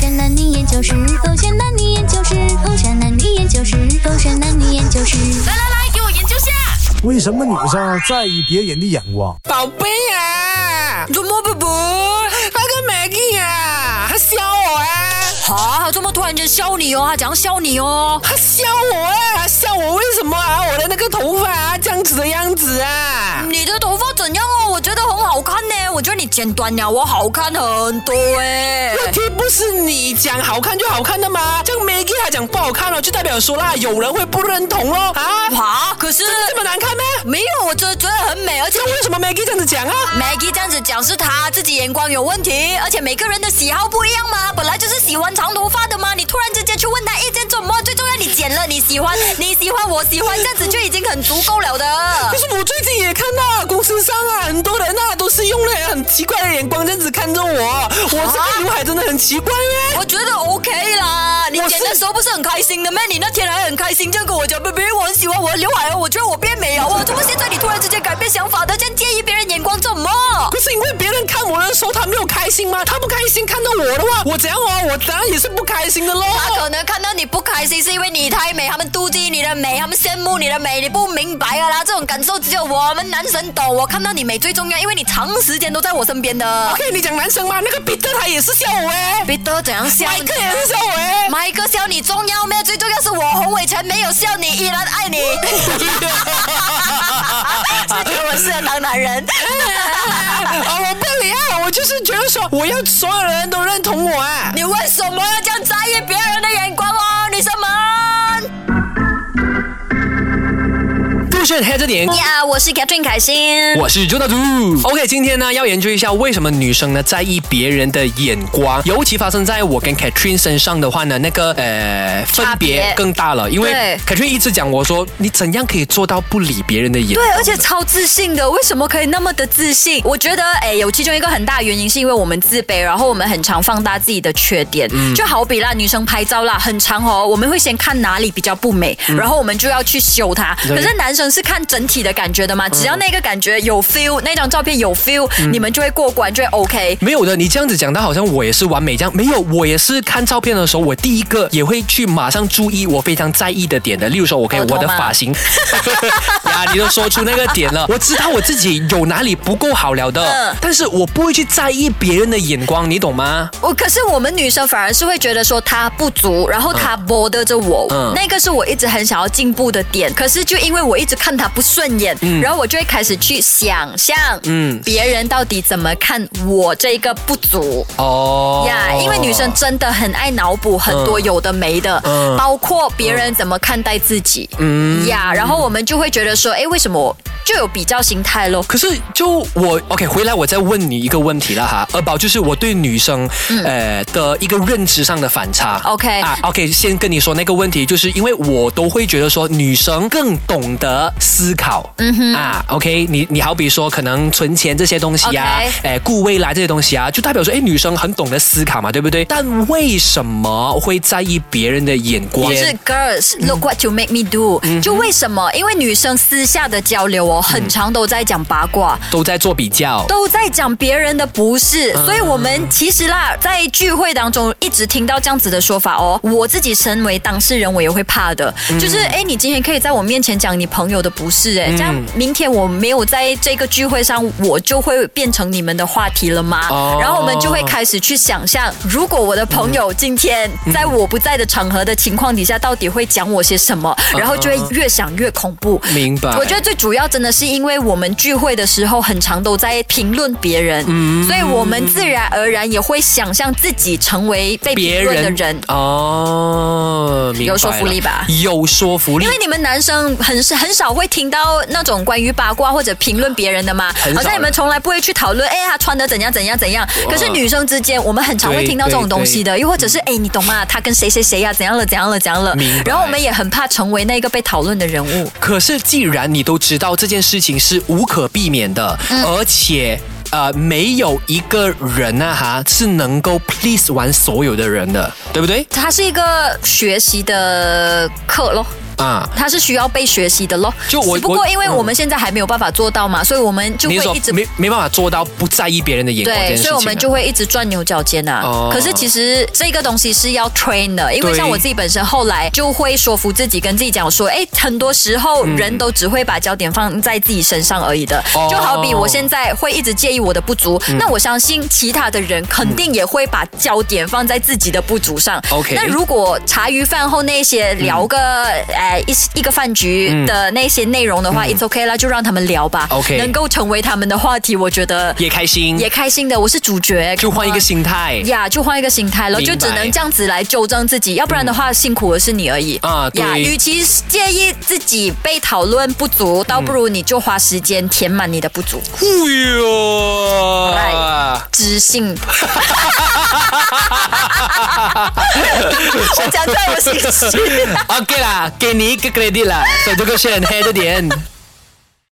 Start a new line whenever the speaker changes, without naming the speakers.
山男女研究室，风山男女研究室，风山男女研究室，风山男女研究室。
来来来，给我研究下。
为什么女生在意别人的眼光？
宝贝啊，做么不不？那个 Maggie 啊，他笑我啊，
好，他这么突然间笑你哦，他怎样笑你哦？
他笑我啊，他笑我为什么啊？我的那个头发啊，这样子的样子啊。
你的头发怎样哦？我觉得很好看呢，我觉得你剪短了，我好看很多哎。
问题不是你讲好看就好看的吗？像 Maggie 她讲不好看哦了，就代表说啦，有人会不认同咯啊？
啊，可是
这么难看吗？
没有，我真的觉得很美，而且
那为什么 Maggie 这样子讲啊？
Maggie 这样子讲是她自己眼光有问题，而且每个人的喜好不一样嘛，本来就是喜欢长头发的嘛，你突然之间去问她意见怎么？最重要你剪了，你喜欢，你喜欢，我喜欢，这样子就已经很足够了的
可。是我最近也看到公司上啊，很多人啊都是用了很奇怪的眼光这样子看着我，我这个刘海真的很奇怪耶。
我觉得 OK 啦，你
我是
剪的时候不是很开心的咩？你那天还很开心，这样跟我讲，baby，我很喜欢我的刘海哦，我觉得我变美了，哇，怎么现在你突然之间改变想法的？这样介意别人眼光怎么？
不是因为别人看我的时候他没有开心吗？他不开心看到我的话，我怎样哦？我当然也是不开心的喽。
他可能看到你不开心，是因为你太美，他们妒忌你的美，他们羡慕你的美，你不明白啊啦！这种感受只有我们男生懂。我看到你美最重要，因为你长时间都在我身边的。
OK，你讲男生嘛，那个彼得他也是笑我哎，
彼得怎样笑
麦
你
克也是笑我 哎。
麦克笑你重要咩？最重要是我洪伟全没有笑你，依然爱 你。所以觉得我适合当男人。
啊，我不理啊，我就是觉得说我要所有人都认同我啊。
你为什么要这样在意别人的眼光哦，女生们？
故事黑着点。
呀、我是 Catherine 凯欣。
我是朱大柱。OK，今天呢要研究一下为什么女生呢在意别人的眼光，尤其发生在我跟 Catherine 身上的话呢，那个呃分
差别
别更大了，因为
对
Catherine 一直讲我说你怎样可以做到不理别人的眼光
对，
呢
而且超自信的，为什么可以那么的自信？我觉得，哎，有其中一个很大原因是因为我们自卑，然后我们很常放大自己的缺点，就好比啦，女生拍照啦，很常哦，我们会先看哪里比较不美，然后我们就要去修它。
对
可是男生是看整体的感觉的嘛，只要那个感觉有 feel，那张照片有 feel，、你们就会过关，就会 OK。
没有的，你这样子讲到好像我也是完美这样，没有，我也是看照片的时候，我第一个也会去马上注意我非常在意的点的，例如说我可以
额头
我的
吗
发型，呀，你都说出那个点了，我知道我自己有哪里不够好了的，
嗯
但是我不会去在意别人的眼光，你懂吗？
我可是我们女生反而是会觉得说她不足，然后她 bother 着我，
嗯
那个是我一直很想要进步的点。可是就因为我一直看她不顺眼，然后我就会开始去想象，嗯
嗯，
别人到底怎么看我这一个不足。
哦
呀因为女生真的很爱脑补很多有的没的，
嗯
包括别人怎么看待自己，嗯呀然后我们就会觉得说，哎，为什么我就有比较心态咯？
可是就我 OK 回来，我再问你一个问题了哈，二宝就是我对女生、呃的一个认知上的反差。
嗯 OK
啊，OK，先跟你说那个问题，就是因为我都会觉得说女生更懂得思考。嗯哼啊，OK，你你好比说可能存钱这些东西啊
OK，
哎、顾未来这些东西啊，就代表说哎女生很懂得思考嘛，对不对？但为什么会在意别人的眼光？
就是 girls look what you make me do，、就为什么？因为女生私下的交流哦，很常都在讲八卦。
都在做比较。
都在讲别人的不是，所以我们其实啦，在聚会当中一直听到这样子的说法哦。我自己身为当事人，我也会怕的，就是哎，诶你今天可以在我面前讲你朋友的不是，哎，这样明天我没有在这个聚会上，我就会变成你们的话题了吗？
哦
然后我们就会开始去想象，如果我的朋友今天在我不在的场合的情况底下，到底会讲我些什么，然后就会越想越恐怖。
明白。
我觉得最主要真的是因为我们聚会的时候，很常都在评论别人，
嗯
所以我们自然而然也会想象自己成为被哎评
别
论
人
的人。
哦，明白了
有说服力吧
有说服力
因，为你们男生很是很少会听到那种关于八卦或者评论别人的嘛
很，少
好
哦
像你们从来不会去讨论，哎，他穿的怎样怎样怎样。可是女生之间，我们很常会听到这种东西的，又或者是哎，你懂吗？他跟谁谁谁呀、怎样了怎样了怎样了
明白。
然后我们也很怕成为那个被讨论的人物。
可是既然你都知道这件事情是无可避免的，
嗯
而且。呃，没有一个人啊哈是能够 please 完所有的人的，对不对？
它是一个学习的课咯。
啊，
它是需要被学习的咯。
就我
只不过
我嗯
因为我们现在还没有办法做到嘛，所以我们就
你是说
会一直
没没办法做到不在意别人的眼光这
对，
件事
所
情啊，
以我们就会一直钻牛角尖啊。
哦
可是其实这个东西是要 train 的，因为
对
像我自己本身后来就会说服自己，跟自己讲说，哎，很多时候人都只会把焦点放在自己身上而已的。
嗯哦嗯
就好比我现在会一直介意我的不足，那我相信其他的人肯定也会把焦点放在自己的不足上。
OK
那如果茶余饭后那些聊个呃
嗯
一一个饭局的那些内容的话，it's OK 啦，就让他们聊吧。
OK
能够成为他们的话题，我觉得
也开心，
也开心的，我是主角，
就换一个心态。
呀就换一个心态了，
明白
就只能这样子来纠正自己，要不然的话，辛苦的是你而已
啊对
与其介意自己被讨论不足，倒不如你就花时间填满你的不足，
哎呦，
Right 知性。我讲在我心里。
OK 啦，给你一个 credit 啦，所以这个是很黑的点。